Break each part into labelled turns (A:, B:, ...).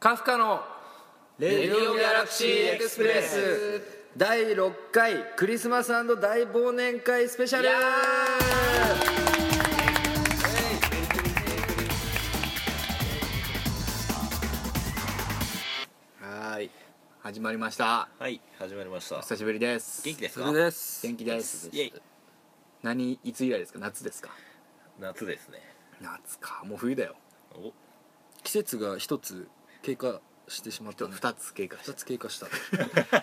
A: カフカのレディオギャラクシーエクスプレス第6回クリスマス大忘年会スペシャルはい始まりました
B: はい始まりました
A: 久しぶりです
B: 元気ですか
C: それです
A: 元気です
B: イエイ
A: 何いつ以来ですか夏ですか
B: 夏ですね
A: 夏かもう冬だよ
B: お
C: 季節が一つ経過してしまったね
A: 2つ経過し
C: 二つ経過した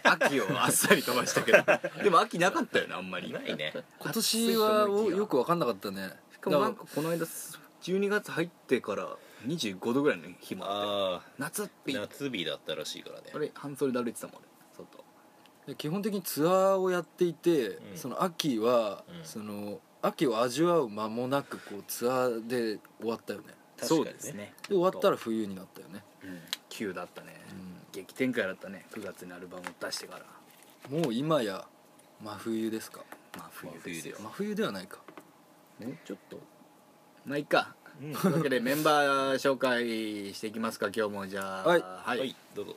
A: た 秋をあっさり飛ばしたけど でも秋なかったよねあんまり
B: ないね
C: 今年はおよく分かんなかったね
A: しかもなんかこの間す12月入ってから25度ぐらいの日もあって
B: あ
A: 夏っ
B: あ
A: て
B: 夏日だったらしいからね
A: あれ半袖だるいてたもんね外
C: で基本的にツアーをやっていて、
B: うん
C: その秋は、
B: うん
C: その秋を味わう間もなくこうツアーで終わったよね
A: そうですね
C: で終わったら冬になったよね
A: 急だったね、激展開だったね9月にアルバムを出してから
C: もう今や真冬ですか
A: まあ冬ですよ
B: 真
C: 真冬ではないか
A: もうちょっとまあいっか、
B: うん
A: というわけでメンバー紹介していきますか今日もじゃあ
C: はい
A: はい、
B: はいどうぞ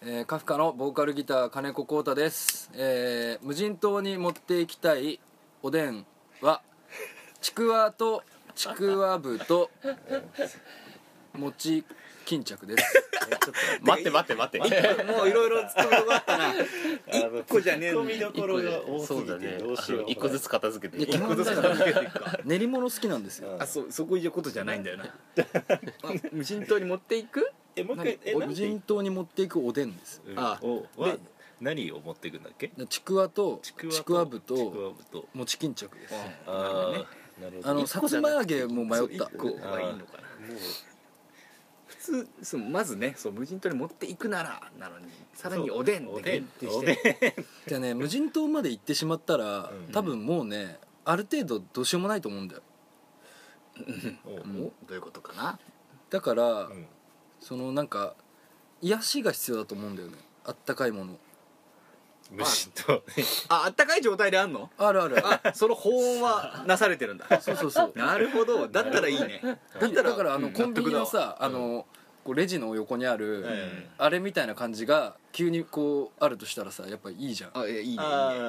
C: えーカフカのボーカルギター金子浩太です、えー無人島に持っていきたいおでんはちくわとちくわぶと餅巾着です
A: 待って待って待ってもういろいろ突っ込みどこあったな
B: 一
A: 個じゃねえのに
B: 見どころが多すぎ
D: そうだ
B: て
D: ね
B: どうしよう
D: 一個ずつ片付けて
C: いや基本だから練り物好きなんですよ
B: うん
A: あそうそこいうことじゃないんだよなあ無人島に持っていく
B: えもう一回え
C: 無
B: 何
C: 人島に持っていくおでんです
B: うん
A: あ
B: おは何を持っていくんだっけ
C: でちくわとち
B: と
C: くわぶ
B: ちくわ
C: と
B: ぶと
C: 餅巾着です
B: ああなる
C: あ
B: ほど
C: のさつま揚げも迷った
A: 1個がいいのかな普通そうまずねそう無人島に持っていくならなのにさらにおでん
B: お
A: で
B: でん
A: 限定して
C: じゃあね無人島まで行ってしまったら
B: うん
C: 多分もうねある程度どうしようもないと思うんだよ
B: お
A: おどういうことかな
C: だから
B: うん
C: そのなんか癒しが必要だと思うんだよねあったかいもの
B: 無人島
A: ああったかい状態であんの
C: あるあるある
A: あその保温はなされてるんだ
C: そうそうそう
A: なるほど だったらいいね
C: だだからあ
A: う
C: の
A: ん
C: コンビニの
A: 納
C: さあのこうレジの横にある
B: うん
C: あれみたいな感じが急にこうあるとしたらさやっぱいいじゃん
A: あいやいいねいいね
B: あ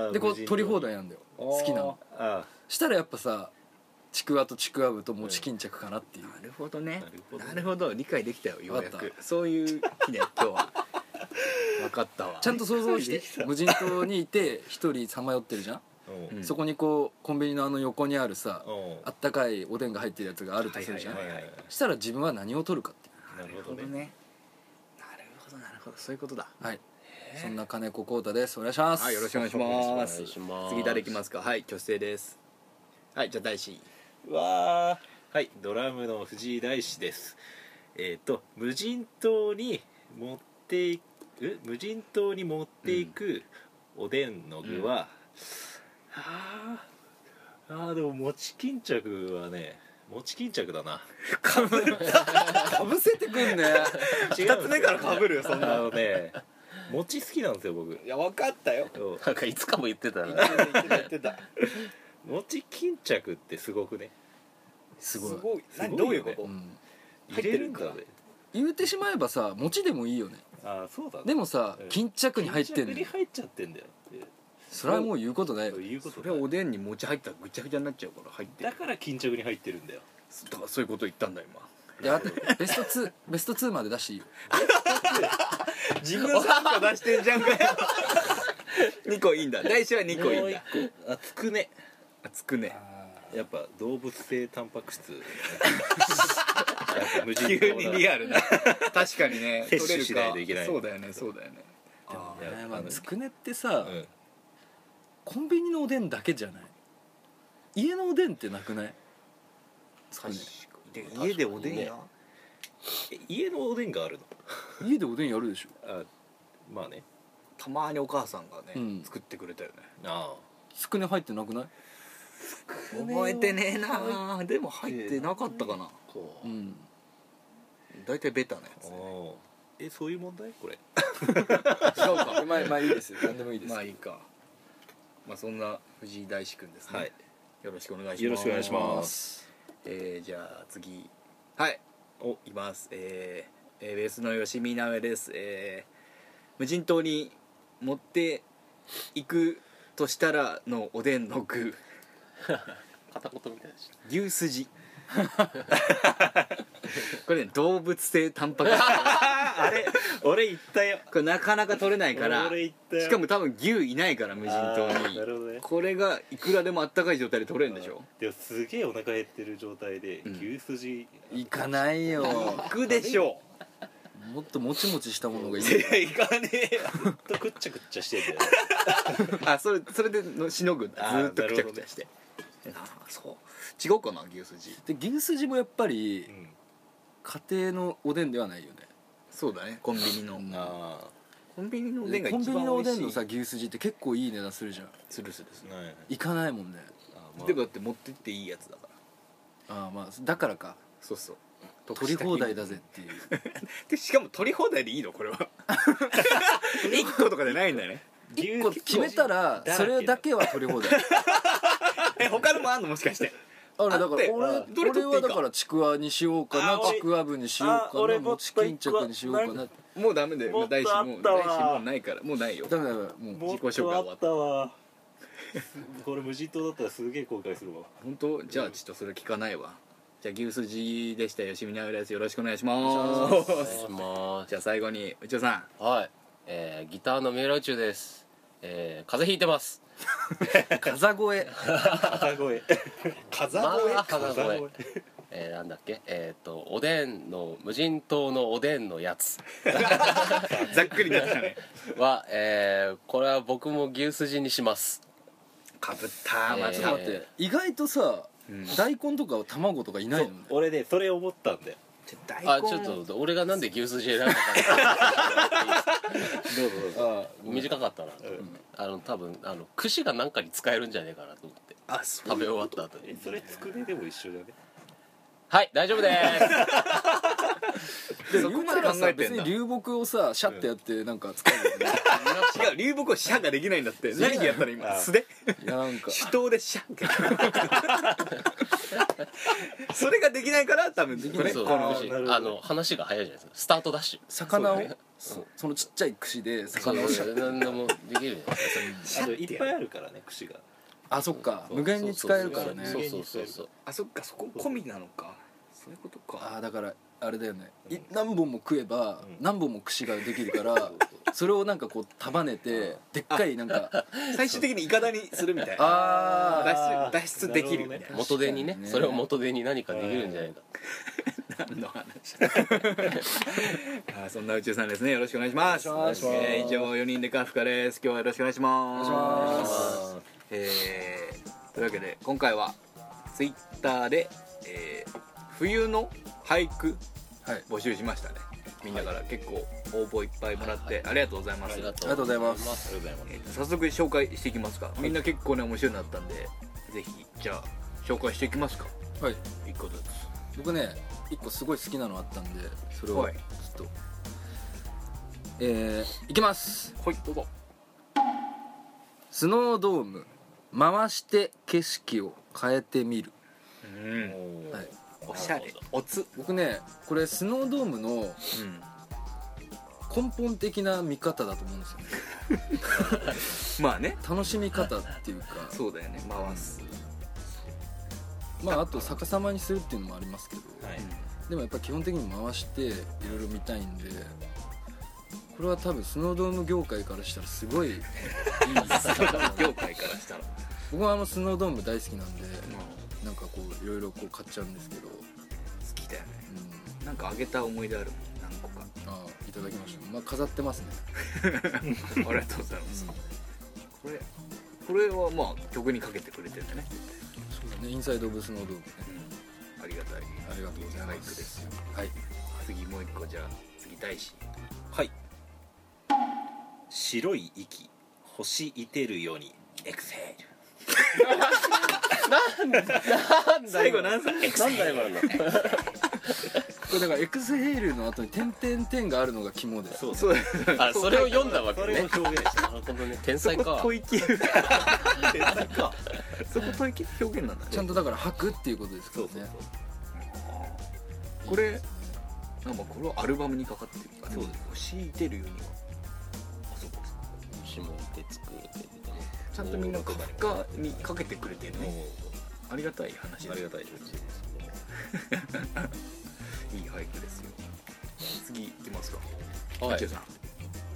B: ー
C: でこ
B: 無
C: う
B: 人島
C: 取り放題なんだよ好きなの
B: あ
C: したらやっぱさちくわとちくわぶと餅巾着かなっていう
A: なるほどね
B: なるほど
A: なるほど理解できたよようや
C: わかっ
A: くそういう日ね今日は分かったわ
C: ちゃんと想像し て無人島にいて一人さまよってるじゃん、
B: あお
A: うん
C: そこにこうコンビニのあの横にあるさ
B: お
C: あったかいおでんが入ってるやつがあるとするじゃん、
A: はいはいはい
C: したら自分は何を取るかってい
B: な
A: なる
B: る
A: ほ
B: ほ
A: ど
B: ど
A: ね
B: ね
A: なるほどなるほどそういうことだ
C: うはいそんな金子浩太ですお願いします
A: はいよろしくお願いします
D: お願いします
A: 次誰いきますかはい挙手制ですはいじゃあ大志
B: わーはいドラムの藤井大志ですえっ、と無人島に持っていく無人島に持っていくおでんの具は、あーあーでも餅巾着はね餅巾着だな
C: かぶせてくんね
B: 2つ目から
A: かぶるよそん
B: あのね餅好きなんですよ僕
A: いや分かったよ
B: そう
D: なんかいつかも言ってたな
A: 言ってた
B: 餅巾着ってすごくね
C: すごい
A: ごい
B: すごいよね
C: うん、
A: 入
B: 入
A: れ
B: れ
A: る
B: る
A: ん
B: ん
A: だ
B: だね
C: 言うてしまえばさ餅でもいいよね
B: ああそうだね
C: でもさ
B: うん
C: 巾着に入って
B: 巾
C: ん
B: 着
C: の
B: に入っちゃってんだよ
C: それはもう言うことないよ
B: というこ
A: そ
B: と
A: れ
B: だ
A: はおでんに餅入ったらぐちゃぐちゃになっちゃうから入ってる
B: だから巾着に入ってるんだよ
A: だからそういうこと言ったんだ今
C: であベスト2ベスト2まで出していいよ
A: 自分3個出してんじゃん かよ2個いいんだ大志は2個いいんだ
B: 個あつくね
A: あつくね
B: やっぱ動物性タンパ ク質やっぱ無人
A: 急に
B: 島
A: リ
B: だ
A: アルな 確かにね
B: 摂取しないといけない
A: そうだよねそうだよね
B: もね
C: あー
B: あの
C: つくねってさ、
B: うん
C: コンビニのおでんだけじゃない家のおでんってなくないつくね
A: 家でおでんや
B: え家のおでんがあるの
C: 家でおでんやるでしょ
B: あまあね
A: たまにお母さんがね、
C: うん
A: 作ってくれたよね
B: あ
C: つくね入ってなくない
A: 覚えてねえなでも入ってなかったかな
B: あこ
C: うん
A: 大体ベタなや
B: うえそういう問題これ
C: 違うかまあまあいいですよ何でもいい
A: まあいいかまあそんな藤井大志くんですね、
B: はい
A: よろしくお願いします
B: よろしくお願いします
A: えー、じゃあ次はい
B: お
A: いきますえーえーベースの吉見直哉です、えー無人島に持っていくとしたらのおでんの具
E: 片言みたいでし
A: 牛す じこれね動物性タンパク質
B: あれ俺言ったよ
A: これなかなか取れないから
B: 俺言ったよ
A: しかも多分牛いないから無人島
B: あーなる
A: に
B: ほどね
A: これがいくらでもあったかい状態で取れるんでしょ
B: でもすげえお腹減ってる状態で
A: ん
B: 牛 すじ、
C: 行かないよ
A: 行くでしょ
C: もっともちもちしたも のがいい
A: 行かねえよ
B: ずっとくっちゃくっちゃしてんだよね
A: あそれそれでのしのぐんだ
B: あ
A: ず
B: ー
A: ーっとくちゃくちゃしてあーそう違うかな牛すじ
C: で牛すじもやっぱ
B: う
C: り
B: ん
C: 家庭のおでんではないよね
A: そうだねコンビニの
B: あ
A: コンビニのおでんが
C: コン
A: 一
C: ビニ
A: 番
C: のお
A: 美
C: で
A: 味
C: んの
A: し
C: さ
A: い
C: 牛すじって結構いい値段するじゃん
A: スルスルする
B: あない
C: 行かないもんね
B: あ、まあ、
A: でもだって持ってっていいやつだから
C: ああまあだからか
A: そうそう
C: 取り放題だぜっていう
A: でしかも取り放題でいいのこれ は一個とかじゃないんだよね
B: 牛
C: 一個決めたらそれだけは取り放題
A: え他のもあんのもしかして
C: あれだから
A: あって
C: 俺
A: どれ取
C: 俺
A: ってい
C: はい
A: か
C: だからちくわにしようかな
B: あ俺
C: ちくわぶにしよ
B: あ
C: うか
B: 俺
C: な
B: も
C: もち巾着にしようか
B: な
C: なん
A: もうダメだ
B: も
A: よ
B: っとあ
A: 大
B: っ
A: 志
B: たわ
A: もう大志もうないからもうないよ
C: だからもう
B: もっと
A: 自己紹介終
B: あ
A: わ
B: っ
A: った
B: わ これ無人島だったらすげえ後悔するわ
A: 本当じゃあちょっとそれ聞かないわじゃあ牛すじでした吉見直哉ですよろしくお願いしま
E: ょ
A: す
E: 失礼します
A: じゃあ最後に内尾さ
E: はい、えー、ギターの三浦宇宙です、えー、風邪ひいてます
C: 風声
B: 風声風
E: まあ
B: 風
E: 風
B: 声
E: 声えー、なんだっけえっ、ー、とおでんの無人島のおでんのやつ
A: んざっくりだったね
E: は、えー、これは僕も牛すじにします
A: かぶった
E: えー
A: まあち
C: ちょっ
A: ょ
C: と
A: っ
C: 待って意外とさ
A: うん
C: 大根とか卵とかいないのね
B: 俺ねそれ思ったんだよ
A: と大根
E: あちょっと俺がなんで牛すじ選んだか
B: どうぞどうぞ
C: あ
E: 短かったなと、あの多分あの串が何かに使えるんじゃねえかなと思って
A: あそう
E: 食べ終わった後
B: え
E: に
B: それつくねでも一緒だね
E: はい大丈夫です
C: あでそこま
A: 言うた
C: で考えて
A: らさ別
C: 別に
A: に
C: 流木をさシャッてやってなんか使うの
A: 違
C: ね
A: う流木をシャができないんだって
C: うだよ
A: 何でやったら今素で
C: い やなんか
A: 手刀でシャそれができないから多分 これ
E: そう
A: この
B: あーなるほど
E: あの話が早いじゃないですかスタートダッシュ
C: 魚を
A: そうだね
C: そそのちっちゃい串で
E: そう
C: 魚をシャッ
E: いう何でもできるじゃないですか
B: あといっぱいあるからね串が
C: あそっか
E: そう
C: 無限に使えるからね
E: そうそうそうそう
A: あそっかそこ込みなのかそういうことか
C: ああだからあれだよねい何本も食えば
B: うん
C: 何本も串ができるからそれをなんかこう束ねてでっかいなんか
A: 最終的にイカダにするみたいな
C: あー
A: 脱出脱出できるみたいな
B: なる
E: 元手にね
C: 確かにね
E: それを元手に何かできるんじゃないか
A: 何の話あーそんな宇宙さんですねよろしくお願いします
C: お願いします
A: えー以上4人でカフカです今日はよろしくお願いします
C: お願いしま
A: えーというわけで今回はツイッターで、えー冬の俳句
C: はい
A: 募集しましたねみんなから結構応募いっぱいもらってありがとうございます、
E: あ
C: ありがとうございます
E: ありがとうござい
A: えーと早速紹介していきますか、みんな結構ね面白いのあったんでぜひじゃあ紹介していきますか
C: はい
A: 一個ずつ
C: 僕ね一個すごい好きなのあったんでそれを
A: はい
C: ちょっとえー、いきます
A: はいどうぞ
C: スノードーム回して景色を変えてみる
A: うん
C: はい
A: おしゃれおつ
C: 僕ねこれスノードームの
A: うん
C: 根本的な見方だと思うんですよね
A: まあね
C: 楽しみ方っていうか
A: そうだよね回す、
C: まああと逆さまにするっていうのもありますけど、
B: はい
C: でもやっぱ基本的に回していろいろ見たいんでこれは多分スノードーム業界からしたらすごいいい
A: 業界からしたら、
C: 僕はあのスノードーム大好きなんでなんかこういろいろこう買っちゃうんですけど、うん、
A: 好きだよねなんかあげた思い出あるもん何 個か
C: あーいただきましたまあ飾ってますね、
A: ありがとうございますこれこれはまあ曲にかけてくれてるんだね、
C: そうだねインサイド・オブ・スノードームね
A: ありがたい
C: ありがとうございま
A: 俳句ですすよ
C: はい
A: 次もう一個じゃあ次大志
B: はい白い息星いてるようにエクセール
E: ます
A: 最後何歳
E: なんだよ今の
C: これだからエクスヘールの後に点々点があるのが肝で
B: そう
A: そう
E: あそれを読んだわけ
B: それを
E: ね
B: 表現した
E: なるほどね天才か
A: 吐息そこ吐息って表現なんだね
C: ちゃんとだから吐くっていうことですか
B: そ
C: ら
B: うそう
C: ね
B: そう
A: これなんかこれはアルバムにかかってるから
B: そうで
A: 敷いてるようにはあそうかそうか
E: 指紋で作ってて
A: ちゃんとみんなカフカにかけてくれてる
B: も
A: ね
B: う
A: ありがたい話
B: あ
A: で
B: り
A: す
B: がたいです
A: いい俳句ですよ次いきますか
E: はい
A: 一応さん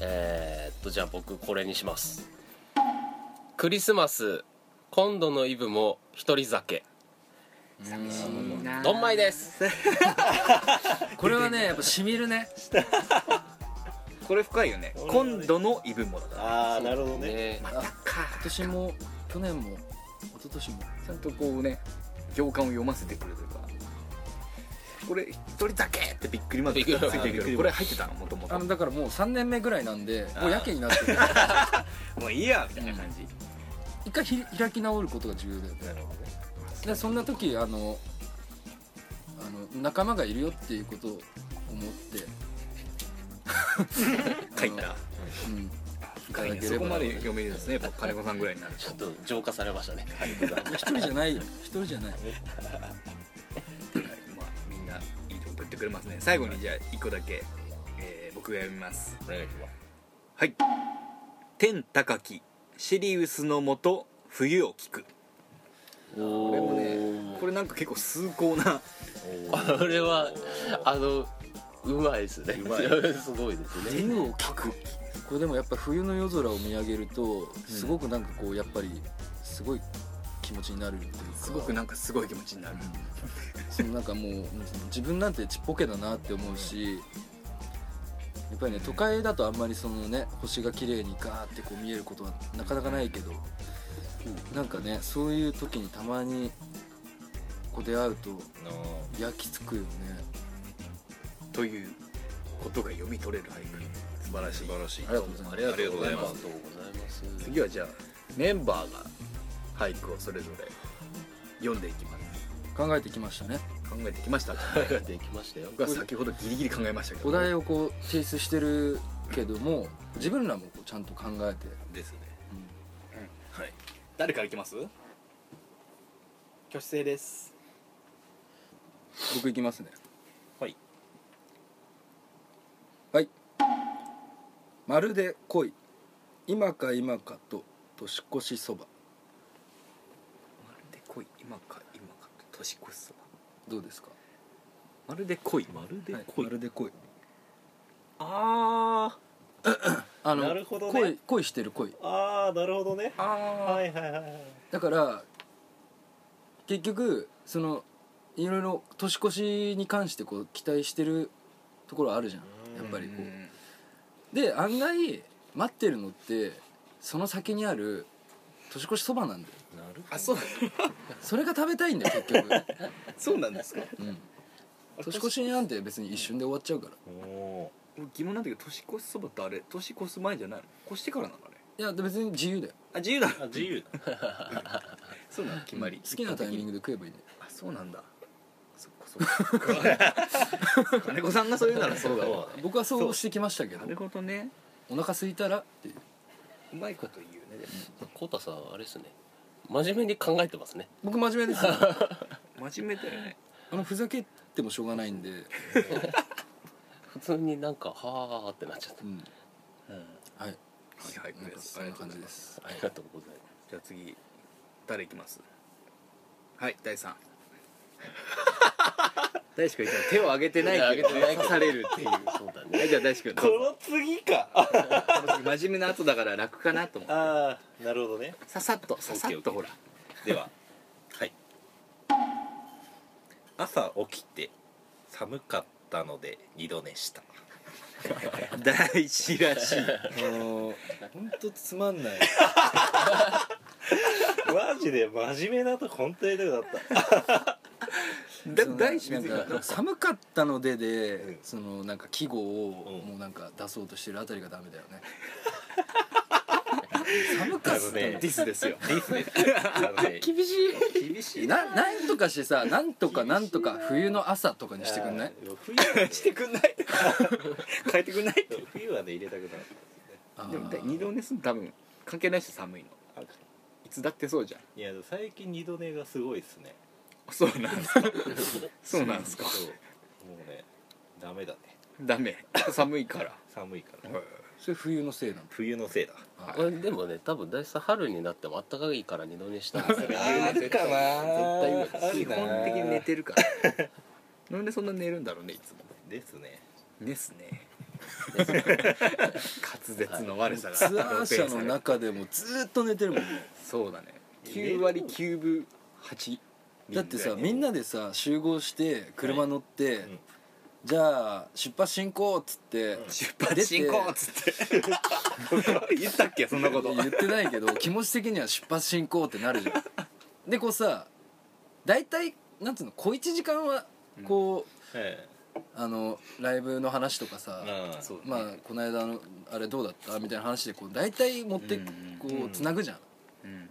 E: えー、っとじゃあ僕これにしますクリスマス今度のイブも一人酒どんまいです
C: これはねやっぱしみるね
A: これ深いよね今度のイブもだから
B: ああなるほどね
E: ね
C: 今年も去年も一昨年も
A: ちゃんとこうね行間を読ませてくるというかこれ一人だけってびっくりまでつ
E: びっくり
A: いてるけどこれ入ってたのもとも
C: あ
A: と
C: のだからもう3年目ぐらいなんでもうやけになってる
A: もういいやみたいな感じ
C: 一回ひ開き直ることが重要だよね
B: なるほどね
C: でそんな時あのあの仲間がいるよっていうことを思って、
A: 書いた
C: うん、いた
A: 深い
C: だ
A: ね
C: け
A: そ
C: れ
A: こ
C: ば
A: ま
C: な
A: で読めるんですねやっぱ金子さんぐらいになる
E: ちょっと浄化されましたね
C: 一人じゃないよ一人じゃない
A: まあみんないいとこ言ってくれますね最後にじゃあ一個だけ、えー僕が読みます
B: お願いします
A: はい天高きシリウスのもと冬を聞くこれもねこれなんか結構崇高な
E: これはあのうまい ですね
B: うま
E: すごいですね
C: 冬を聞くこれでもやっぱ冬の夜空を見上げるとすごくなんかこうやっぱりすごい気持ちになるっていうか
A: すごくなんかすごい気持ちになる
C: そのなんかもう自分なんてちっぽけだなって思うしやっぱりね都会だとあんまりそのね星が綺麗にガーってこう見えることはなかなかないけどなんかねそういう時にたまにこう出会うと
B: の
C: 焼きつくよね
A: ということが読み取れる俳句素晴らしい
B: 素晴らしい
C: ありがとうございます
B: ありがとうござい
E: あり
B: ま
E: が
B: す
E: とうございます
A: 次はじゃあメンバーが俳句をそれぞれ読んでいきます
C: 考えてきましたね
A: 考えてきました
E: できましたよ
A: 僕は先ほどギリギリ考えましたけど
C: お題をこう提出してるけども自分らもこうちゃんと考えて
B: ですねはい
A: 誰からいきます挙手制です
C: 僕いきますね
B: はい
C: はいまるで恋今か今かと年越しそば
A: まるで恋今か今かと年越しそば
C: どうですか
A: まるで恋
B: まるで
C: はい
B: 恋
C: まるで恋
B: あ
C: あ
B: なるほどね
C: 恋恋してる恋
B: ーあーなるほどね
A: あ
B: はいはいはい
C: だから結局そのいろいろ年越しに関してこう期待してるところあるじゃん
B: うん
C: やっぱりこうで案外待ってるのってその先にある年越しそばなんだよ
B: なるほ
A: あそう
C: それが食べたいんだよ結局、
A: そうなんですか
C: うん、年越しなんて別に一瞬で終わっちゃうから
B: どお
A: 俺疑問なんだけど年越しそばってあれ年越す前じゃないの越してからなのあれ
C: いや別に自由だよ
A: あ自由だ
B: ーあ自由
A: そうなの決まり
C: 好きなタイミングで食えばいいね
A: あそうなんだそっかそっか金子さんがそう言うならそうだわ
C: 僕はそうしてきましたけど
A: なるほどね
C: お腹空いたらっていう
A: うまいこと言うねで
E: コウタさんあれですね真面目に考えてますね
C: 僕真面目ですよ
A: も真面目だよね
C: あのふざけてもしょうがないんで、
E: 普通になんかはーってなっちゃった
C: うん、
A: うんはい
C: はい
A: はい
C: なんかそんな感じです
E: ありがとうございます
A: じゃあ次誰いきますはい第三 大志くん今手を挙げてないけど
E: 手を挙げてないけど
A: 刺されるっていう
E: そうだね
A: はいじゃあ大志くんどうぞ
B: の次か
A: 真面目な後だから楽かなと思う
B: ああなるほどね
A: ささっとささっとほら
B: でははい朝起きて寒かったので二度寝した
A: 大志らしい
C: 本当つま んない
B: マジで真面目なと本当にだった
A: だ大志
C: な
A: 別に
C: んか寒かったのでで、
B: うん
C: そのなんか季語を
B: うん
C: もうなんか出そうとしてるあたりがダメだよね寒かっ
B: あのね
A: ディスですよ
B: ディスです
C: 厳しい
B: 厳しいな
C: ななんとかしてさなんとかなんとか冬の朝とかにしてくんない
B: 冬はね
A: してくんない変えてくんない
B: 冬はね入れたくな
C: あー
A: でもだ二度寝するの多分関係ないし寒いの
B: かっ
A: いつだってそうじゃん
B: たいや最近二度寝がすごいですね
A: そうなんですかそうなんですか
B: そうもうねダメだね
A: ダメ寒いから
B: 寒いから、
C: それ冬のせいなの
B: 冬のせいだ
E: これでもね多分大地さん春になっても暖かいから二度寝したんですよね
B: あるかな
E: 絶対
A: 基本的に寝てるからなんでそんな寝るんだろうねいつも
B: ですね
A: です ね滑舌の悪さが
C: ツアー車の中でもずーっと寝てるもんね
A: そうだね9割9分8
C: だってさみん
A: な
C: なでさ集合して車乗って、
B: ん
C: じゃあ出発進行っつって、
A: 出発進行っつって 言ったっけそんなこと
C: 言ってないけど気持ち的には出発進行ってなるじゃんでこうさ大体なんつうの小1時間はこ
B: え
C: う、あのライブの話とかさ、
B: えうん
A: そうだね
C: まあこの間のあれどうだったみたいな話でこう大体持って
A: うん
C: こ
B: う
C: うんつなぐじゃん、
A: うん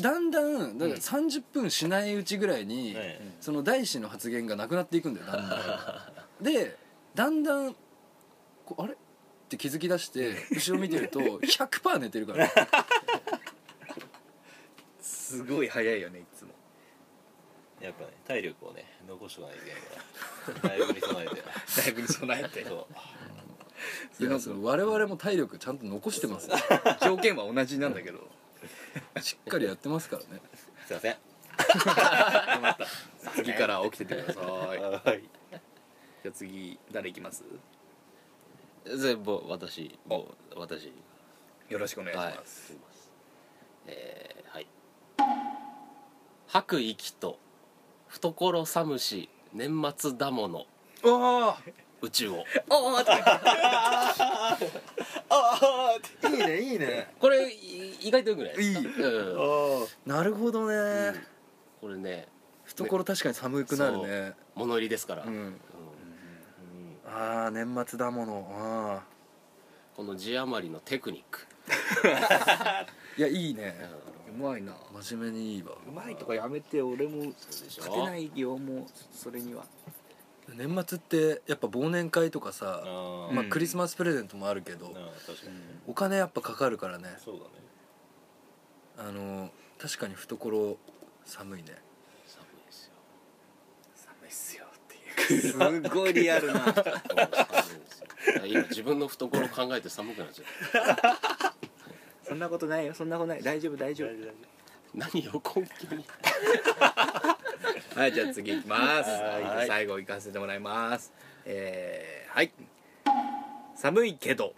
C: だんだんだから30分しないうちぐらいに、
B: え
C: その大志の発言がなくなっていくんだよだんだんでだんだんこうあれって気づき出して後ろ見てると100%寝てるから
A: すごい早いよねいつも
B: えやっぱね体力をね残しとかないといけないからライブに備えて
A: ライブに備えて
B: そう
C: いやその我々も体力ちゃんと残してますよし
A: 条件は同じなんだけど
C: っかりやってますからね
B: すいません
A: 次から起きててください
B: はい
A: じゃあ次誰いきます
E: 全部私もう私
A: よろしくお願いし
E: はい
A: ます、
E: えーはい吐く息と懐寒し年末だもの
A: お
E: 宇宙を
A: おー
F: いいねいい ね
E: これい意外とよくない
A: いい
E: うん、
C: なるほどね、
E: これね
C: 懐確かに寒くなるね
E: 物入りですから、
C: う
E: うん
C: んああ年末だものああ
E: この字余りのテクニック、
C: いやいいね
A: うまいな
C: 真面目にいいわ
A: うまいとかやめて俺も
E: そうでしょ
A: 勝てないよもうそれには
C: 年末ってやっぱ忘年会とか
B: あ
C: さ、
B: ー
C: まあ、
A: うん
C: クリスマスプレゼントもあるけど、
B: うん確かに
C: お金やっぱかかるからね
B: そうだね
C: あの確かに懐寒いね
E: 寒いですよ
A: 寒いっすよっていうすごいリアルな
E: 寒いですよだから今自分の懐考えて寒くなっちゃう
A: そんなことないよそんなことない大丈夫大丈
E: 何を根気に
A: 夫はいじゃあ次いきます
B: はい
A: はい最後行かせてもらいますえー、はい寒いけど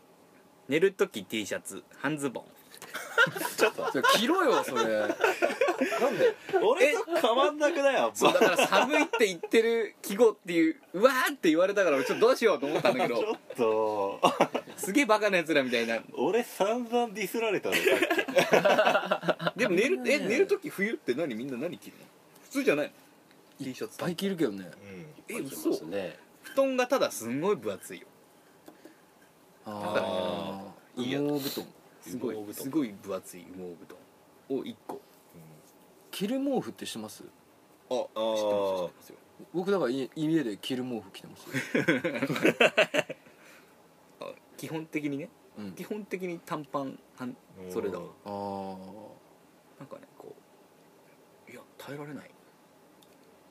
A: 寝るとき T シャツ半ズボン
C: それ着ろよそれ
B: 俺と変わんなくないやっ
A: そう
B: ぱ
A: だから寒いって言ってる季語っていううわーって言われたから俺ちょっとどうしようと思ったんだけ
B: ちょ
A: ど
B: っと
A: すげえバカなやつらみたいな
B: 俺散々ディスられたのさっき
A: でも寝 るえ寝る時冬って何みんな何着るの普通じゃないの T シャツ
C: バイ着るけどね
A: え
E: い
A: 嘘
E: ますね
A: 布団がただすんごい分厚いよ
C: ああ
A: いいや
C: 羽毛布団
A: すごい
B: 羽毛布団
A: すごい分厚い羽毛布団を1個
C: 着る毛布ってしてます
A: あ
B: あ
A: 知
B: ー
A: ってます知ってますよ
C: 僕だから家家で着る毛布着てますよ、
A: あ基本的にね
C: うん
A: 基、本的に短パン短
B: うん
A: それだ
B: うん
C: ああ
A: なんかねこういや耐えられない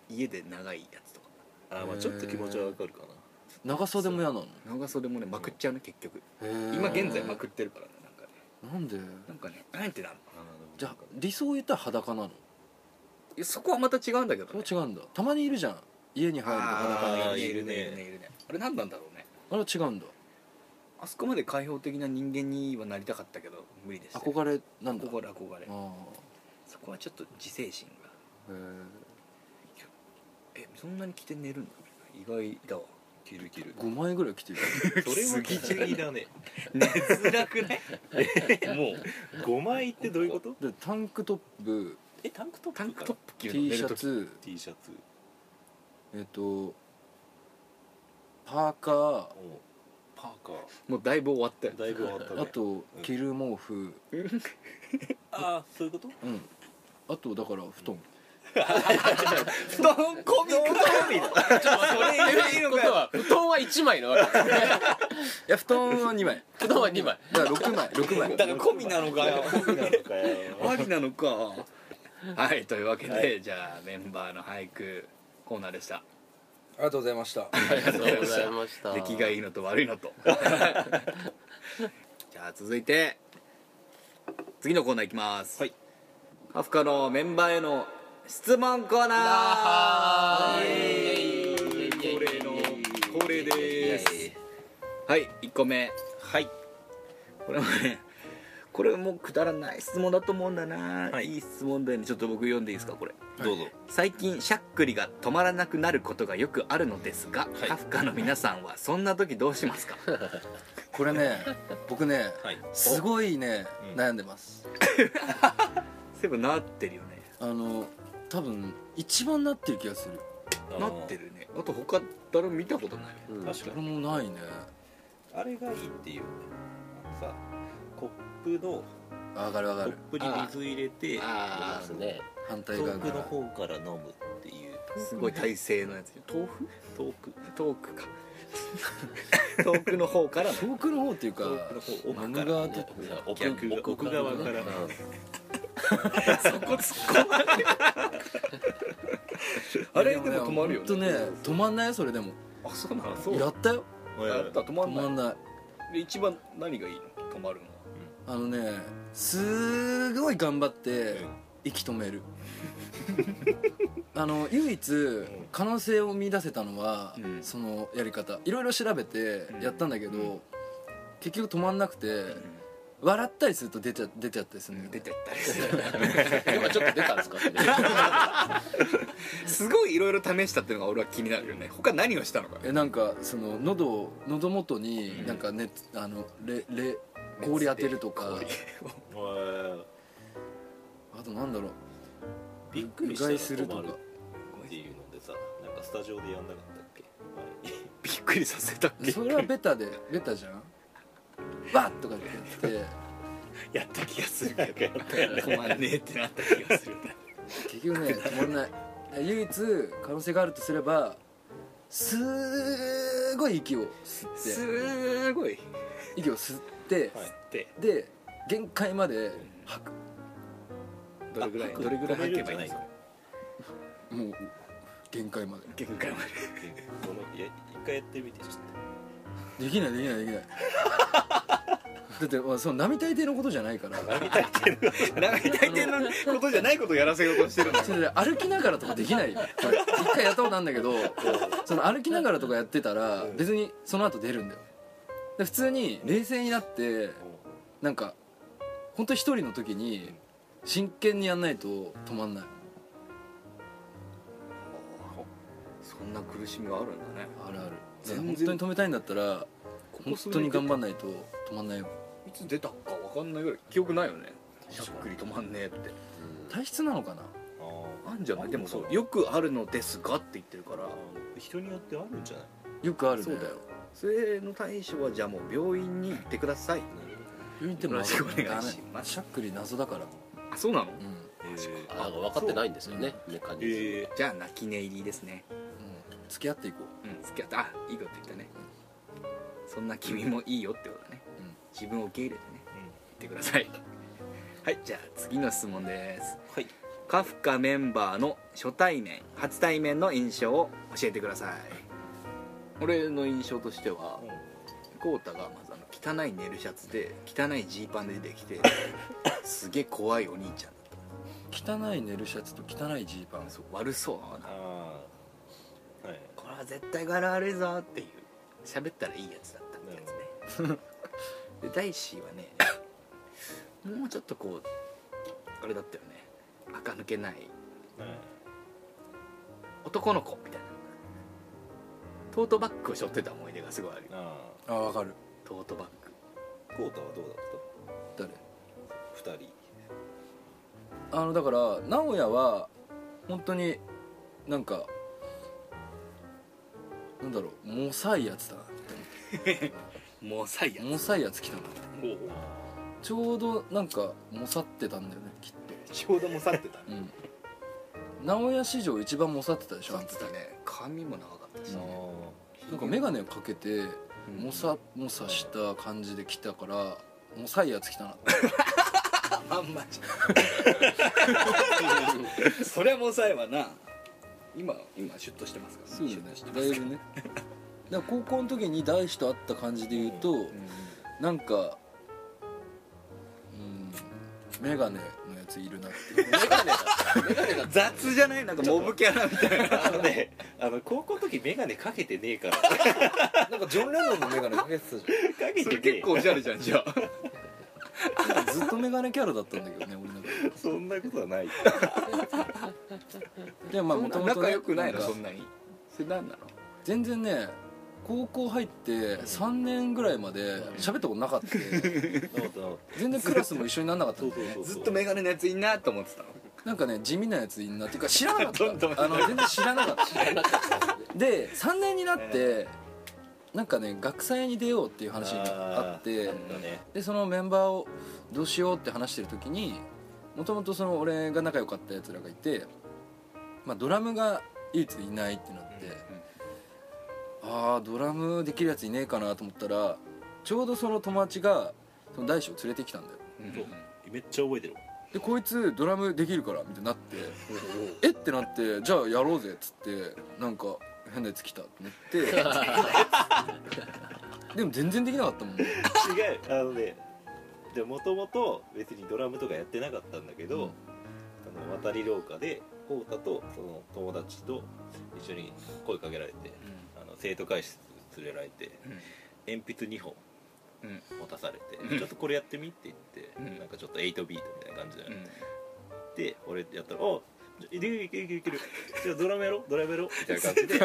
A: 家で長いやつとか
B: あーまあちょっと気持ちはわかるかな
C: 長袖も嫌なの
A: 長袖もねまくっちゃうね結局
C: へー
A: 今現在まくってるからねなんかね
C: なんで
A: なんかねなんてなるの
C: じゃあ理想を言ったら裸なの
A: いやそこはまた違うんだけど
C: そ
A: ね
C: れは違うんだたまにいるじゃん家に入ると裸
B: あ
C: あ
B: ー
A: あー
B: いるね
A: いるねいるねあれ何なんだろうね
C: あれは違うんだ
A: あそこまで開放的な人間にはなりたかったけど無理でしたね
C: 憧れなんだ
A: 憧れ憧れ
C: あ
A: そこはちょっと自制心が
C: あへ
A: えそんなに着て寝るんだ意外だわ
B: 切る切る
C: え5枚ぐらい着てる
B: それもきちぎりだね
A: 寝づらくない もう
B: 5枚ってどういうこと
C: でタンクトップ
B: えタンクトップ
A: タンクトップ着るの
C: T
A: 寝
C: シ
A: る
C: ャ
A: 時
C: ツ
B: T シャツ
C: えっ、とパーカー
B: おパーカ
A: もうだいぶ終わったよ
B: ーだいぶ終わった ね
C: あと着る毛布、
B: ああそういうこと
C: うん、あとだから布団、
A: 布団コミック
E: それ言えることは布団は1枚のわけ
C: いや布団は2枚
E: 布団は2枚
C: だから6枚6枚
A: だからコミなのかよ
B: よ
A: ありなの かはいというわけで、じゃあメンバーの俳句コーナーでした
C: りがとうございました
E: ありがとうございました
A: 出来がいいのと悪いのと じゃあ続いて次のコーナーいきます
B: はい
A: カフカのメンバーへの質問コーナー恒例の恒例ですはい1個目
B: はい
A: これもねこれもくだらない質問だと思うんだな、
B: はい
A: い、い質問だよねちょっと僕読んでいいですかこれ
B: どうぞ
A: 最近しゃっくりが止まらなくなることがよくあるのですが、
B: い
A: カフカの皆さんはそんな時どうしますか
C: これね僕ね、
B: はい
C: すごいね
B: うん
C: 悩んでます、
A: セブンなってるよね
C: あの多分一番なってる気がする
A: なってるねあと他誰も見たことない
E: うん
B: 確か
C: これ
B: に
C: もないね
B: あれがいいっていうねさコップの
C: あ上がる上が
B: コ
C: る
B: ップに水入れて
E: ありますね
C: 反対
B: 遠
C: 側か
B: くの
C: ら
B: 方から飲むっていう
A: すごい体勢のやつ遠く
B: 遠く
A: 遠くか遠くの方から
C: 遠くの方っていうか
B: 遠くの方奥から
C: 飲む側って
E: いや奥
B: 逆
E: 奥
B: 奥側から
E: うん
A: そこ突っ込まれるあれでも止まるよ
C: ほんとね
A: ね
C: 止まんないよそれでも
A: あそうなの
B: あそう
C: やったよ
A: やった止ま
C: 止
A: ん
C: ま
A: ない
C: んない
A: で一番何がいいの止まるのは
C: あのねすごい頑張って息止める あの唯一可能性を見出せたのは、
A: うん
C: そのやり方いろいろ調べてやったんだけど、
A: うん
C: 結局止まんなくて、笑ったりすると出ちゃ出ちゃったりするのよ、
A: 出てったりす
E: 今ちょっと出たんですか
A: る すごいいろいろ試したっていうのが俺は気になるよね他何をしたのか
C: えなんかその喉を喉元になんか熱、あのれれ氷当てるとか
B: うん
C: あとなんだろう
B: びっくり
C: う
B: した
C: が
B: ら
C: いすると
B: 止ま
C: か
B: るっていうのでさなんかスタジオでやんなかったっけ
A: びっくりさせたっけ
C: それはベタでベタじゃんバッとかってやっ
A: やった気がするけど止まんねえってなった気がする
C: て結局ね止まんない唯一可能性があるとすればすーごい息を吸って
A: すごい
C: 息を吸って、
B: はい
A: で
C: で限界まで吐く
A: どれぐらい
B: あ
A: どれぐらい
B: 止め
A: 吐
B: る
A: け
B: ん
A: ばい
B: じゃ
A: い
B: ない
A: の
B: の
C: もう限界まで
A: 限界ま
B: このいや一回やってみてちょっ
C: できないできないできないだってまあその並大抵のことじゃないから
A: で並大抵のことじゃないことをやらせようとしてるんだ
C: それで歩きながらとかできないよこれ一回やったことあるんだけどその歩きながらとかやってたら別にその後出るんだよで普通に冷静になってなんか本当一人の時に真剣にやんないと止まんない
A: そんな苦しみがあるんだね
C: あるある
A: 全然
C: 本当に止めたいんだったら本当に頑張んないと止まんないよ
A: いつ出たかわかんないぐらい記憶ないよねしゃっくり止まんねえって
C: 体質なのかな
B: と
A: あんじゃないでも
B: そう
A: よくあるのですがって言ってるから
B: あー人によってあるんじゃない
C: よくあるね
A: そうだよそれの対処はじゃあもう病院に行ってください
C: 病院でも
A: よろしくお願いし
C: ダ
A: ま
C: メ
A: す
C: しゃっくり謎だから
A: あそうなの
C: うん
B: えー
E: あなんか分かってないんですよねメカニズム
B: え
A: じゃあ泣き寝入りですね
C: うん付き合っていこう
A: うん付き合ったあいいこと言ったねそんな君もいいよってことだね
C: うん
A: 自分を受け入れてね
B: ー
A: 言って
B: うん
A: くださいはいじゃあ次の質問です
B: はい
A: カフカメンバーの初対面初対面の印象を教えてください俺の印象としては浩太がまずあの汚い寝るシャツで汚いジーパンで出てきて すげえ怖いお兄ちゃんだっ
C: 汚い寝るシャツと汚いジーパン
A: たそう悪そうな
B: ああはい
A: これは絶対柄悪いぞっていう喋ったらいいやつだったってやつねで大志はねもうちょっとこうあれだったよね垢抜けない
B: はい
A: 男の子みたいなトートバッグを背負ってた思い出がすごいあるよ
B: あ
C: あわかる
A: トートバッグ
B: あコータはどうだっ
C: 誰
B: た二人
C: あのだから直哉は本当になんかなんだろうモサいやつだな
A: もうさいや
C: モサいやつ来たなちょうどなんかモサってたんだよねきっ
A: ちょうどもさってた
C: とうん直哉史上一番モサってたでしょ
A: さってたね髪も長かったし、
C: う
B: あ
C: ん
B: あ
C: なんか眼鏡をかけて
A: ん
C: モサモサした感じで来たからモサいやつ来たなって
A: あんまじゃんそりゃもさえはな今今シュッとしてますから
C: そうだ
A: シ
C: ね
A: ュッとして
C: だ
A: ま
C: い
A: すか
C: ぶねだから高校の時に大志と会った感じで言うと、
A: ら、
C: なんかうんメガネのやついるなっていう
A: 雑じゃないなんかモブキャラみたいな
B: あのねあの高校の時眼鏡かけてねえからか
F: なんかジョン・レノンのメガネかけてたじ
B: け
A: そ
B: て
A: れ
B: ね
A: 結
B: え
A: 構おしゃれじゃんじゃあ
C: ずっとメガネキャラだったんだけどね俺の中で
B: そんなことはない
C: でもまあもともと
A: 仲良くないの
C: か
A: そんなにそれ何なの
C: 全然ね高校入って3年ぐらいまで喋ったことなかった
B: なことなかっ
C: 全然クラスも一緒にならなかったた
B: そ
C: ん
B: うそう
C: だよね
B: そう
A: ずっとメガネのやついんなと思ってたの
C: なんかね地味なやついんなっていうか知らなかっ
A: どんどん
C: たあの全然知らなかったで3年になってなんかね学祭に出ようっていう話にあって
B: ーなんかね
C: でそのメンバーをどうしようって話してる時にもともとその俺が仲良かったやつらがいて、まあ、ドラムが唯一いないってなって、ああドラムできるやついねえかなと思ったらちょうどその友達がその大志を連れてきたんだよ
B: そうめっちゃ覚えてる
C: でこいつドラムできるからみたいになってえってなってじゃあやろうぜっつってなんか変なやつ来たってな ってでも全然できなかったもんね
B: 違うあのねでもともと別にドラムとかやってなかったんだけど、あの渡り廊下で浩太とその友達と一緒に声かけられて、あの生徒会室連れられて、鉛筆2本
A: うん
B: 持たされて、
A: うん
B: ちょっとこれやってみって言って、
A: うん
B: なんかちょっと8ビートみたいな感じで、
A: うん
B: で俺やったら「おいけるいけるいけるいけるじゃあドラムやろうドラムやろう」みたいな感じ で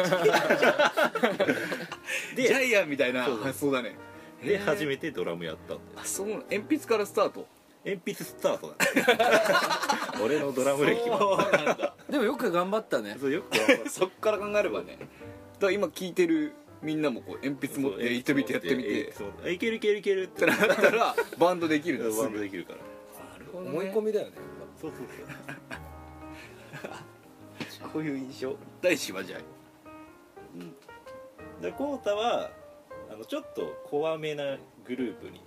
A: ジャ
B: で
A: イアンみたいな
B: そうそう
A: 発想だね
B: で初めてドラムやったんだよ
A: あそうなの鉛筆からスタート
B: 鉛筆スタートだ、ね、 俺のドラム歴は
A: そうなんだ
C: でもよく頑張ったね
B: そうよ く
A: そっから考えればねだから今聞いてるみんなもこう鉛筆持って行ってみてやってみて
B: そうあいけるいけるいけるっ
A: って
B: て
A: なったらバンドできるんです
B: ワ
A: ぐ
B: ンドできるから
F: ゃん思い込みだよね
B: そうそうそう
A: こういう印象大志はじゃあ
B: でコウタはあのちょっと怖めなグループに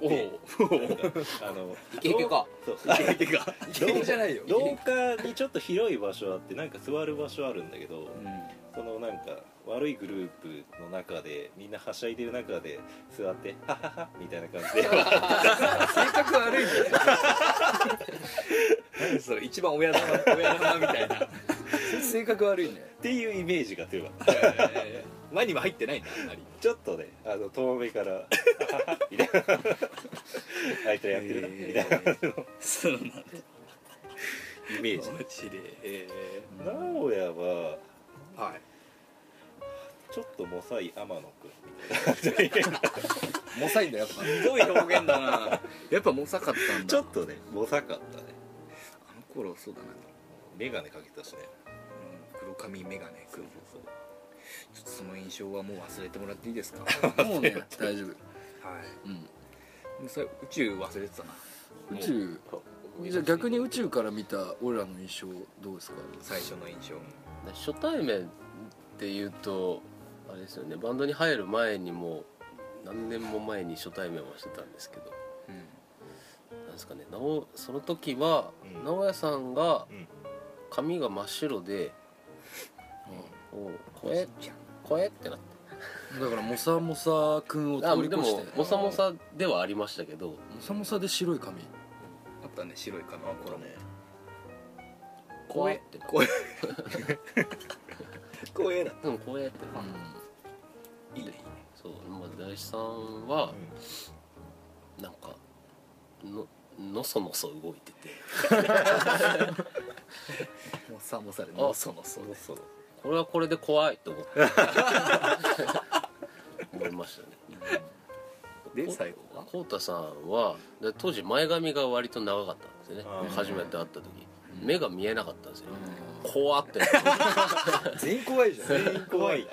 B: いてなんかあ の
E: イケイケか
B: そう
A: てか
F: ケイケじゃないよ
B: 廊下にちょっと広い場所あってなんか座る場所あるんだけど、そのなんか悪いグループの中でみんなはしゃいでる中で座って「ハハハ」みたいな感じで
A: 性格悪いんだよ何それ一番親玉 親玉みたいな
C: 性格悪いね
B: っていうイメージが強かった
A: 前にも入ってないんだあんまり
B: ちょっとねあの遠目から「みたいな「あいつらやってるな」みたいな
A: そうなんだ
B: イメージ
A: 面白いえ
B: 直哉は
A: ーはい
B: ちょっとモサい天野君
F: モサいんだよやっぱ
A: すごい表現だ なやっぱもさかったんだ
B: ちょっとねモサかったね
A: あの頃そうだな、
B: 眼鏡かけたしね
A: うん、黒髪眼鏡くんちょっとその印象はもう忘れてもらっていいですか は
C: もうね大丈夫
A: いそれ宇宙忘れてたな
C: 宇宙じゃあ逆に宇宙から見た俺らの印象どうですか
A: 最初の印象
E: 初対面っていうとあれですよねバンドに入る前にも何年も前に初対面はしてたんですけどなんですかねなおその時は、
B: うん
E: 直哉さんが
B: うん
E: 髪が真っ白で「おう声
A: じゃん
E: 声」ってなって
C: だからモサモサ君を
E: あ
C: 通り
E: で
C: 越して
E: もモサモサではありましたけど
C: モサモサで白い髪
A: あったね白い髪の頃ね
E: 「声」ってなって
A: 怖え怖えな
E: 「うん声」ってなって
A: いいね
E: そう、まあ、大志さんは、なんかののそのそ動いてて
A: もさもさで
E: あ
A: もそもそで
B: そう
E: これはこれで怖いと思って思いましたね
A: で最後は
E: 浩太さんはで当時前髪が割と長かったんですよね
B: あー
E: 初めて会った時目が見えなかったんですよ 怖ってなって
F: 全員怖いじゃん
B: 全員怖い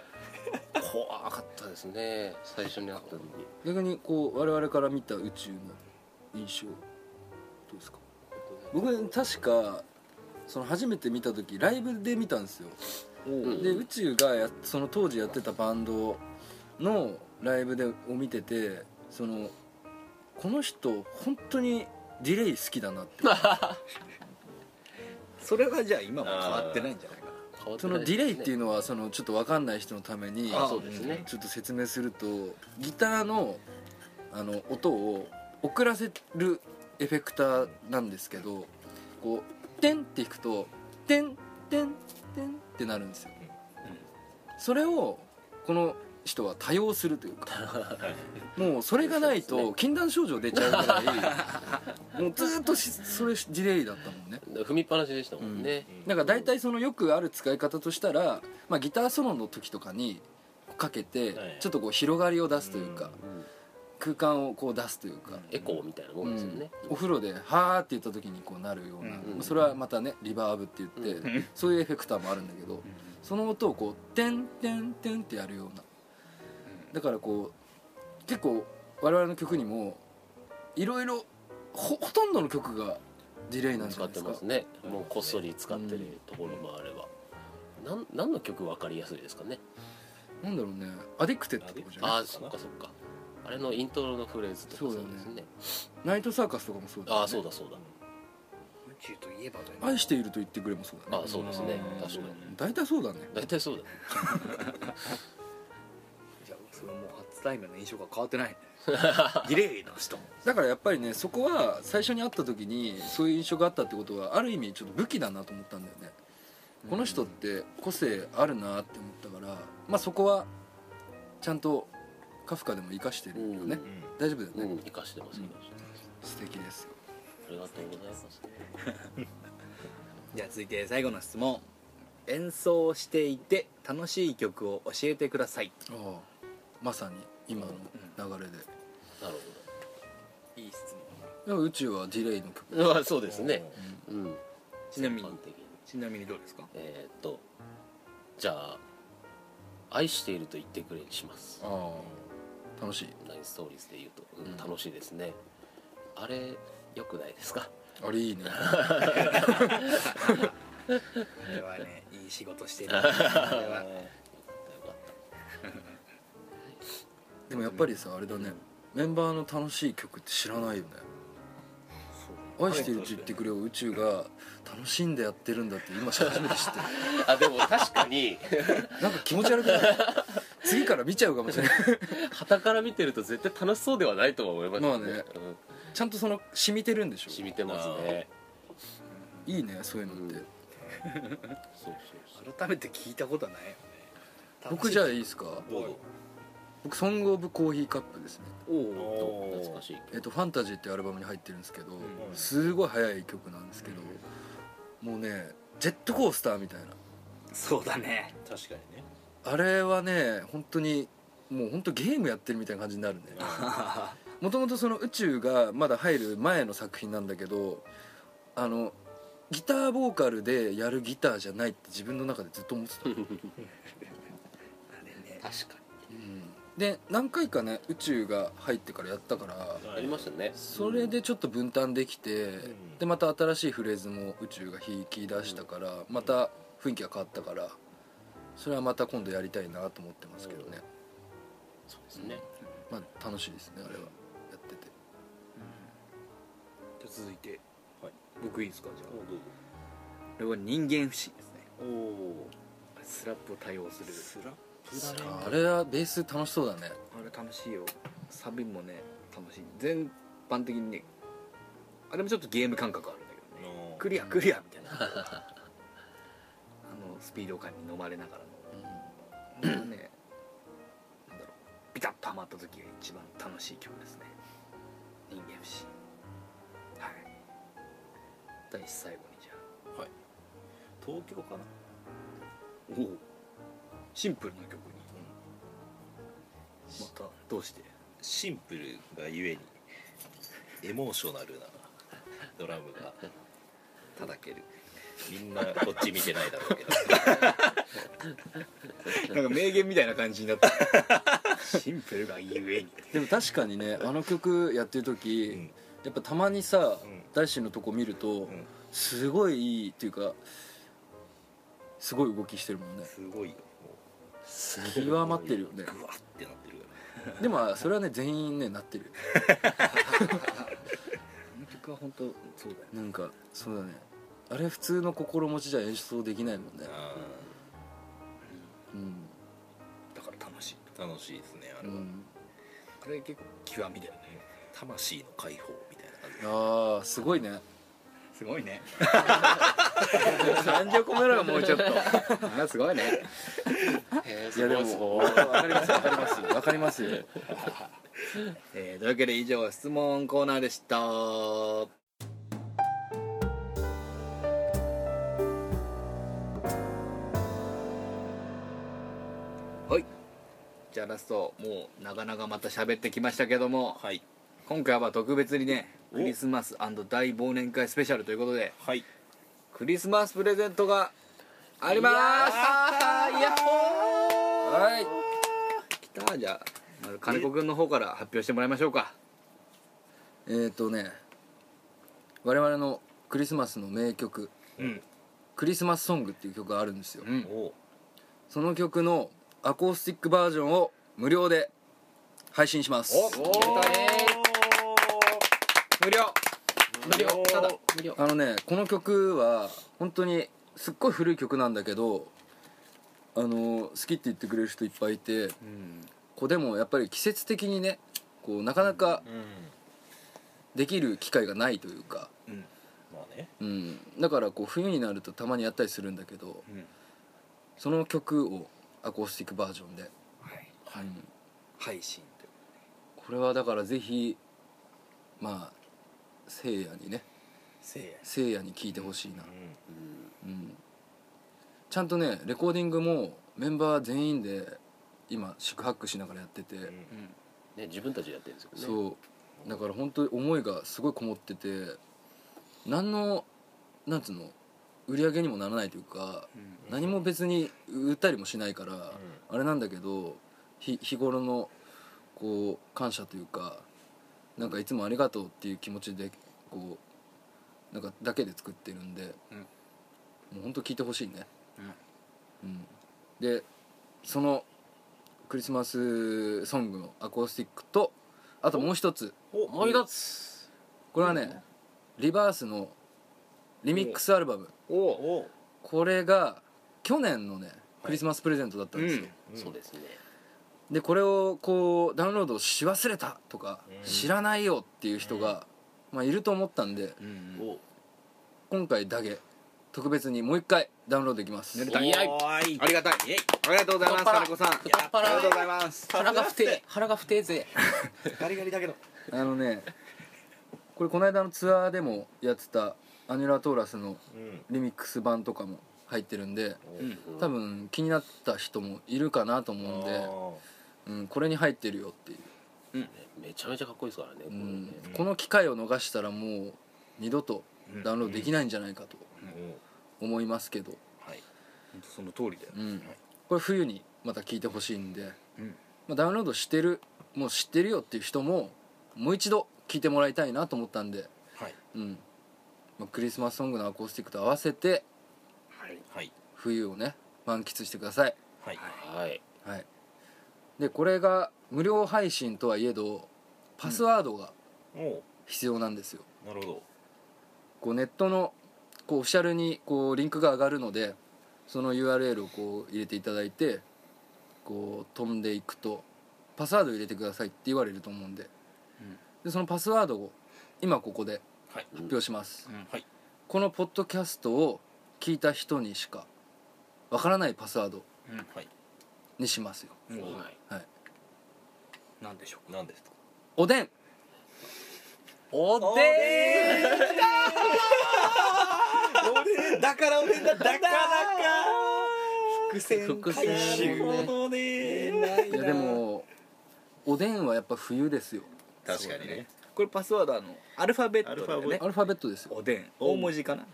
E: 怖かったですね最初に会った時
C: 逆にこう我々から見た宇宙の印象どうですか僕確かその初めて見た時ライブで見たんですよ
E: うん
C: で宇宙がやその当時やってたバンドのライブでを見ててそのこの人本当にデ ィレイ好きだなって
A: それがじゃあ今も変わってないんじゃないかな
E: 変わって
C: そ
E: な
C: の
E: い
C: デ
E: ですね
C: ィレイっていうのはそのちょっと分かんない人のために
E: あそうですね
C: ちょっと説明するとギターのあの音を遅らせるエフェクターなんですけどこう「テン」って弾くと「テンテンテン」ってなるんですよ。それをこの人は多用すると いうかもうそれがない
E: そうです
C: と禁断症状出ちゃうぐらいもうずっとしそれディレイだったもんね。
E: 踏みっぱなしでしたもんね、
C: なんか大体そのよくある使い方としたら、まあ、ギターソロの時とかにかけて
B: はい
C: ちょっとこう広がりを出すというか、
E: うん
C: 空間をこう出すというか、
E: エコーみたいなもんですよね、
C: うんお風呂で「はー」って言った時にこうなるような、
E: うん
C: それはまたねリバーブって言って、
E: う
C: そういうエフェクターもあるんだけど、その音をこう「てんてんてん」ってやるようなだからこう結構我々の曲にもいろいろほほとんどの曲がディレイなんじゃ
E: 使
C: な
E: っ
C: いで
E: て
C: すか
E: ますねもうこっそり使ってるところもあれば、なん何の曲分かりやすいですかね
C: なんだろうねアディクテッドとかじゃない
E: ああそっかそっかあれのイントロのフレーズとかそうです
C: そうだ
E: ね
C: ナイトサーカスとかもそうだよね
E: ああそうだそうだ
A: 宇宙といえばだよね
C: 愛していると言ってくれもそうだ
E: あ
C: ね
E: あそうですね
B: うん
E: 確かに
C: 大体そうだね
E: 大体そうだ
A: じゃあそれもう初対面の印象が変わって ないねディレイな人
C: だからやっぱりねそこは最初に会った時にそういう印象があったってことはある意味ちょっと武器だなと思ったんだよねこの人って個性あるなって思ったからまあそこはちゃんとカフカでも生かしてるよね
B: うん
C: 大丈夫だよね、
E: うん生かしてますけど
C: 素敵ですよ
E: ありがとうございます
A: じゃあ続いて最後の質問演奏していて楽しい曲を教えてください
C: ああまさに今の流れで
E: なる
A: いい質問
C: でも宇宙はディレイの曲
E: ほどまあそうです ねうん
A: ちなみ
E: 一
A: に
E: 般的に
A: ちなみにどうですか
E: えーっとじゃあ「愛していると言ってくれ」にします
C: ああ楽しい
E: ナインストーリーズで言うと、うん楽しいですねあれ良くないですか
C: あれいいね
A: これはねいい仕事してるこれは
E: よかった
C: でもやっぱりさあれだねメンバーの楽しい曲って知らないよね「愛してる」って言ってくれを宇宙が楽しんでやってるんだって今初めて知 って
E: あでも確か に
C: なんか気持ち悪くない次から見ちゃうかもしれない
E: 傍から見てると絶対楽しそうではないとは思います
C: まあね
E: うん、
C: ちゃんとその染みてるんでし
E: 染
C: ょ
E: みてますね
C: いいねそういうのって、
E: うんそうそう
A: 改めて聞いたことはないよね
C: 僕じゃあいいですか
B: どうぞ
C: 僕「ソング・オブ・コーヒーカップ」ですね
A: おお
E: そう懐かしい
C: 「えっとファンタジー」っていうアルバムに入ってるんですけど、
B: ん
C: すごい速い曲なんですけど、もうねジェットコースターみたいな
A: そうだね
B: 確かにね
C: あれはね本当にもう本当ゲームやってるみたいな感じになるねもともとその宇宙がまだ入る前の作品なんだけどあのギターボーカルでやるギターじゃないって自分の中でずっと思ってた、
A: あれね
E: 確か
C: で何回かね宇宙が入ってからやったから
E: にありましたね
C: それでちょっと分担できて、
B: ん
C: でまた新しいフレーズも宇宙が引き出したから、また雰囲気が変わったからそれはまた今度やりたいなと思ってますけどね、
E: そうですね
C: まあ楽しいですねあれはやってて
A: じゃあ続いて、
B: はい
A: 僕いいですかじゃあ
B: どうぞ
A: これは人間不信ですね
B: おお
A: スラップを多用する
B: スラッ
C: さ
B: プだね
C: ああれはベース楽しそうだね
A: あれ楽しいよサビもね楽しい全般的にねあれもちょっとゲーム感覚あるんだけどね
B: の
A: クリアクリアみたいなあのスピード感に飲まれながらの、これはねなんだろうピタッとハマった時が一番楽しい曲ですね人間不信はい第一最後にじゃあ
B: 東京かな
A: おおシンプルな曲に、またどうして
B: シンプルがゆえにエモーショナルなドラムが
A: 叩ける
B: みんなこっち見てないだろうけど
A: なんか名言みたいな感じに なったシンプルがゆえに
C: でも確かにね あの曲やってる時、
B: ん
C: やっぱたまにさ、
B: うん
C: 大志のとこ見ると、
B: ん
C: すごいいいっていうかすごい動きしてるもんね
B: すごいよ
C: 極まってるよね
B: グワッてなってるから
C: でもそれはね全員ねなってる
A: あの曲は本当そうだよ
C: なんかそうだねあれ普通の心持ちじゃ演奏できないもんね
B: あー
C: うん
A: だから楽しい
B: 楽しいですねあれ
C: う
B: は、
C: ん
A: あれ結構極みだよね
B: 魂の解放みたいな感じ
C: ああすごいね
A: すごいね感情込めろよもうちょっとああすごいね
E: へえ
C: いや
E: す
C: で
E: ごい
C: も
E: す
C: 分
E: ごい
C: かります分かります分かりますよ
A: えーというわけで以上質問コーナーでしたはいじゃあラストもう長々また喋ってきましたけども、
B: はい
A: 今回は特別にね
B: お
A: クリスマス大忘年会スペシャルということで
B: はい
A: クリスマスプレゼントがありますいやっほ
C: はい
A: ーきたじゃあまず金子くんの方から発表してもらいましょうか
C: えっ、ー、とね我々のクリスマスの名曲
B: うん
C: 「クリスマスソング」っていう曲があるんですよ
A: うん
B: おう
C: その曲のアコースティックバージョンを無料で配信します
A: お無料
E: 無料ただ無料
C: あのねこの曲は本当にすっごい古い曲なんだけどあの好きって言ってくれる人いっぱいいてこうでもやっぱり季節的にねこうなかなか
B: うん
C: できる機会がないというか、
B: まあね
C: うん、だからこう冬になるとたまにやったりするんだけど、
A: うん
C: その曲をアコースティックバージョンで、
A: はい
C: うん
A: 配信
C: これはだからぜひまあせいやにね
A: せいや
C: せいやに聴いてほしいな
B: う、ん
C: うん、ちゃんとねレコーディングもメンバー全員で今宿泊しながらやってて、
B: うん
E: ね自分たちでやってるんですよね
C: そうだから本当に思いがすごいこもってて何のなんつうの売り上げにもならないというか、何も別に売ったりもしないから、あれなんだけどひ日頃のこう感謝というかなんかいつもありがとうっていう気持ちでこうなんかだけで作ってるんで、
A: うん
C: もう本当聞いてほしいね、うんでそのクリスマスソングのアコースティックとあともう一つ
B: お
E: 思い出す
C: これはねリバースのリミックスアルバム
A: お
B: おう
C: これが去年のねクリスマスプレゼントだったんですよ、
B: うん
E: そうですね
C: でこれをこうダウンロードし忘れたとか、
B: うん
C: 知らないよっていう人が、まあ、いると思ったんで
A: うん
E: お
C: 今回だけ特別にもう一回ダウンロードできます
A: 寝れた
E: いやい
B: おーい
A: ありがたい
B: イエイ
A: ありがとうございます
E: 酔っ払
A: 金子さんあ
E: やっぱ
A: りがとうござい
E: ら
A: ます
E: 腹が不定腹が不定ぜ
B: ガリガリだけど
C: あのねこれこの間のツアーでもやってたアニュラ・トーラスの
B: うん
C: リミックス版とかも入ってるんで
A: うん
C: 多分気になった人もいるかなと思うんで、うん、これに入ってるよっていう、
E: めちゃめちゃかっこいいですからねこ
C: う
E: れね
C: んこの機会を逃したらもう二度とダウンロードできないんじゃないかと
B: あーおう
C: 思いますけど、
B: はい
A: その通りだよ
C: うん、これ冬にまた聞いてほしいんで、
A: うん
C: まあ、ダウンロードしてるもう知ってるよっていう人ももう一度聞いてもらいたいなと思ったんで、
B: はい
C: うんまあ、クリスマスソングのアコースティックと合わせて
B: はいはい
C: 冬をね満喫してください、
B: はい
E: はい
C: はい、でこれが無料配信とはいえどパスワードが
B: おう
C: 必要なんですよ、
B: なるほど
C: こうネットのこうオフィシャルにこうリンクが上がるのでその URL をこう入れていただいてこう飛んでいくとパスワード入れてくださいって言われると思うんで,、でそのパスワードを今ここで
B: はい
C: 発表します、
A: うん
B: はい
C: このポッドキャストを聞いた人にしかわからないパスワード
B: はい
C: にしますよ
A: もう
E: はい
C: はい
A: なんでしょ
B: 何ですか
C: おでん
B: おでん
A: うだから俺だだからか伏線
E: 伏線
A: 回収
E: なる
B: どね
C: いやでもおでんはやっぱ冬ですよ
B: 確かにね
A: これパスワードあのアルファベットだよ
B: アルファベ
A: ね
B: ッ
C: アルファベットですよ
A: おでん大文字かな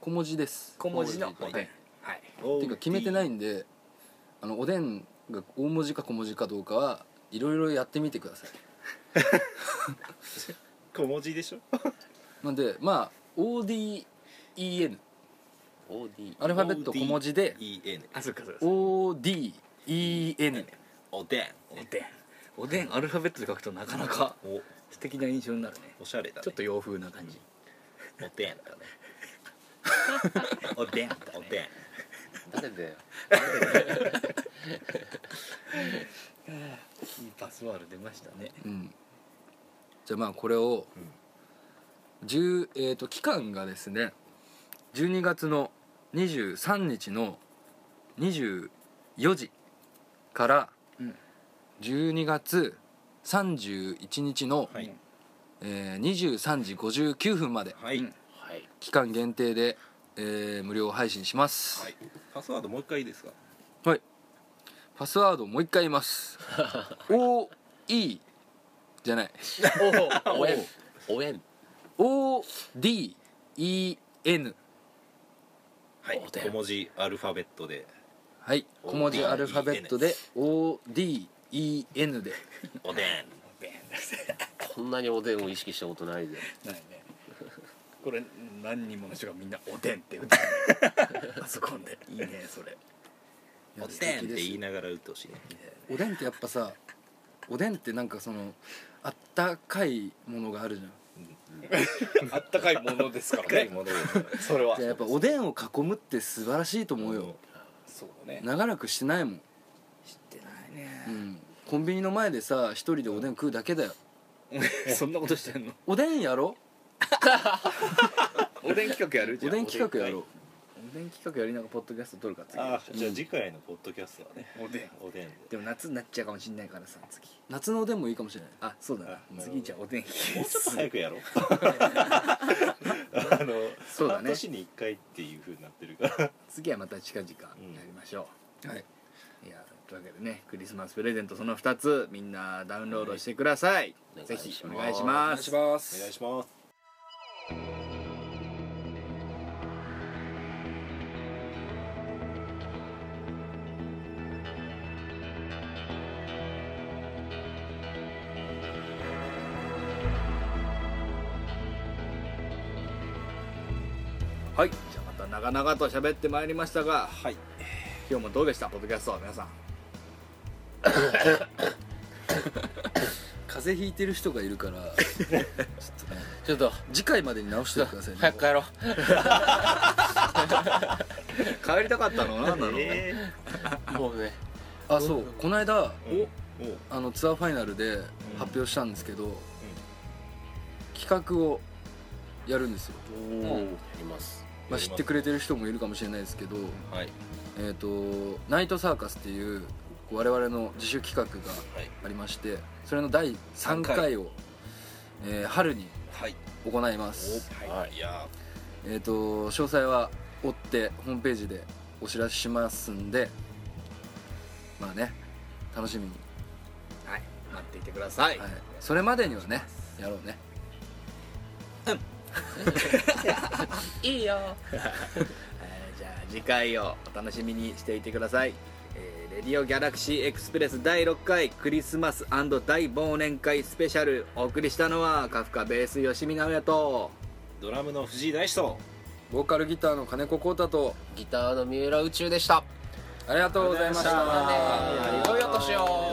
C: 小文字です
A: 小文字の
C: は
A: お
C: い
A: でんはい
B: お
C: っていうか決めてないいんであのおでんが大文字か小文字かどうかはいろいろやってみてください
B: 小文字でしょ
C: なんでまあ ODEN
E: OD
C: アルファベット小文字で
B: EN
A: あそっかそっか
C: ODEN
B: おでん
A: おでんおでんアルファベットで書くとなかなか
B: お
A: 素敵な印象になるね
B: おしゃれだね
A: ちょっと洋風な感じ
B: おで んだねおでんだねおでん
E: 誰だよ
A: いいパスワール出ましたね
C: うん、じゃあまあこれを、10えー、と期間がですね12月の23日の24時から
A: うん
C: 12月31日の、
B: はい
C: えー23時59分まで
B: はい、
A: うん
E: はい
C: 期間限定で、えー無料配信します、
B: はい、パスワードもう一回いいですか
C: パスワードもう一回言います OE じゃない
E: おおおえんおえん
C: ODEN
B: はい
E: おでん
B: 小文字アルファベットで
C: はい小文字
B: ODEN
C: アルファベットで ODEN で
B: おでん
E: こんなにおでんを意識したことないで
A: ないねこれ何人もの人がみんな「おでん」って打ってる パソコンでいいねそれ
B: おでんって言いながら打ってほしいね
C: おでんってやっぱさおでんってなんかそのあったかいものがあるじゃん
A: あったかいものですから
B: 深いもので
A: それは
C: じゃあやっぱおでんを囲むって素晴らしいと思うよ
A: そうだね
C: 長らくしてないもん、
A: 知ってないうね
C: ん、コンビニの前でさ一人でおでん食うだけだよ
A: そんなことしてんの
C: おでんやろ
A: おでん企画やる
C: おでん企画やろ
A: おでん企画やりながらポッドキャスト撮るか次
B: あーじゃあ次回のポッドキャストはね
A: おでん
B: おでんで
A: でも夏になっちゃうかもしんないからさ次
C: 夏のおでんもいいかもしれない
A: あそうだ
B: あ
A: な次じゃあおでん
B: もうちょっと早くやろうあの
A: そうだね
B: 半年に一回っていう風になってるから
A: 次はまた近々やりましょう、
C: はい
A: いやというわけでねクリスマスプレゼントその2つみんなダウンロードしてください、
E: はい
A: ぜひお
E: お
A: 願
E: 願
A: い
E: い
A: し
E: し
C: お
A: ま
C: 願い
A: す
C: しま
B: お願い
C: す
B: します
A: はいじゃあまた長々と喋ってまいりましたが
B: はい
A: 今日もどうでしたポッドキャストは皆さん
C: 風邪ひいてる人がいる からちょっとね
E: ちょっと
C: 次回までに直してくださいね
E: 早く帰ろう
A: 帰りたかったの何なの、
B: え
E: もうね
C: あそうこの間
B: ー、おお
C: あのツアーファイナルで発表したんですけど、企画をやるんですよ、
E: もうやります
B: やりま
C: まあ、
B: す
C: 知ってくれてる人もいるかもしれないですけど、
B: はい
C: えー、とナイトサーカスっていうこう我々の自主企画が
B: はい
C: ありましてそれの第3回を、えー春に
B: はい
C: 行います、
B: はい、い、や
C: えー、と詳細は追ってホームページでお知らせしますんでまあね楽しみに、
A: はい待っていてください、
C: はい、それまでにはねやろうね
A: いいよ、えーじゃあ次回をお楽しみにしていてください、えーレディオギャラクシーエクスプレス第6回クリスマス大忘年会スペシャルお送りしたのはカフカベース吉見直也と
B: ドラムの藤井大志と
C: ボーカルギターの金子浩太と
E: ギターの三浦宇宙でした
C: ありがとうございました
E: 良いお年を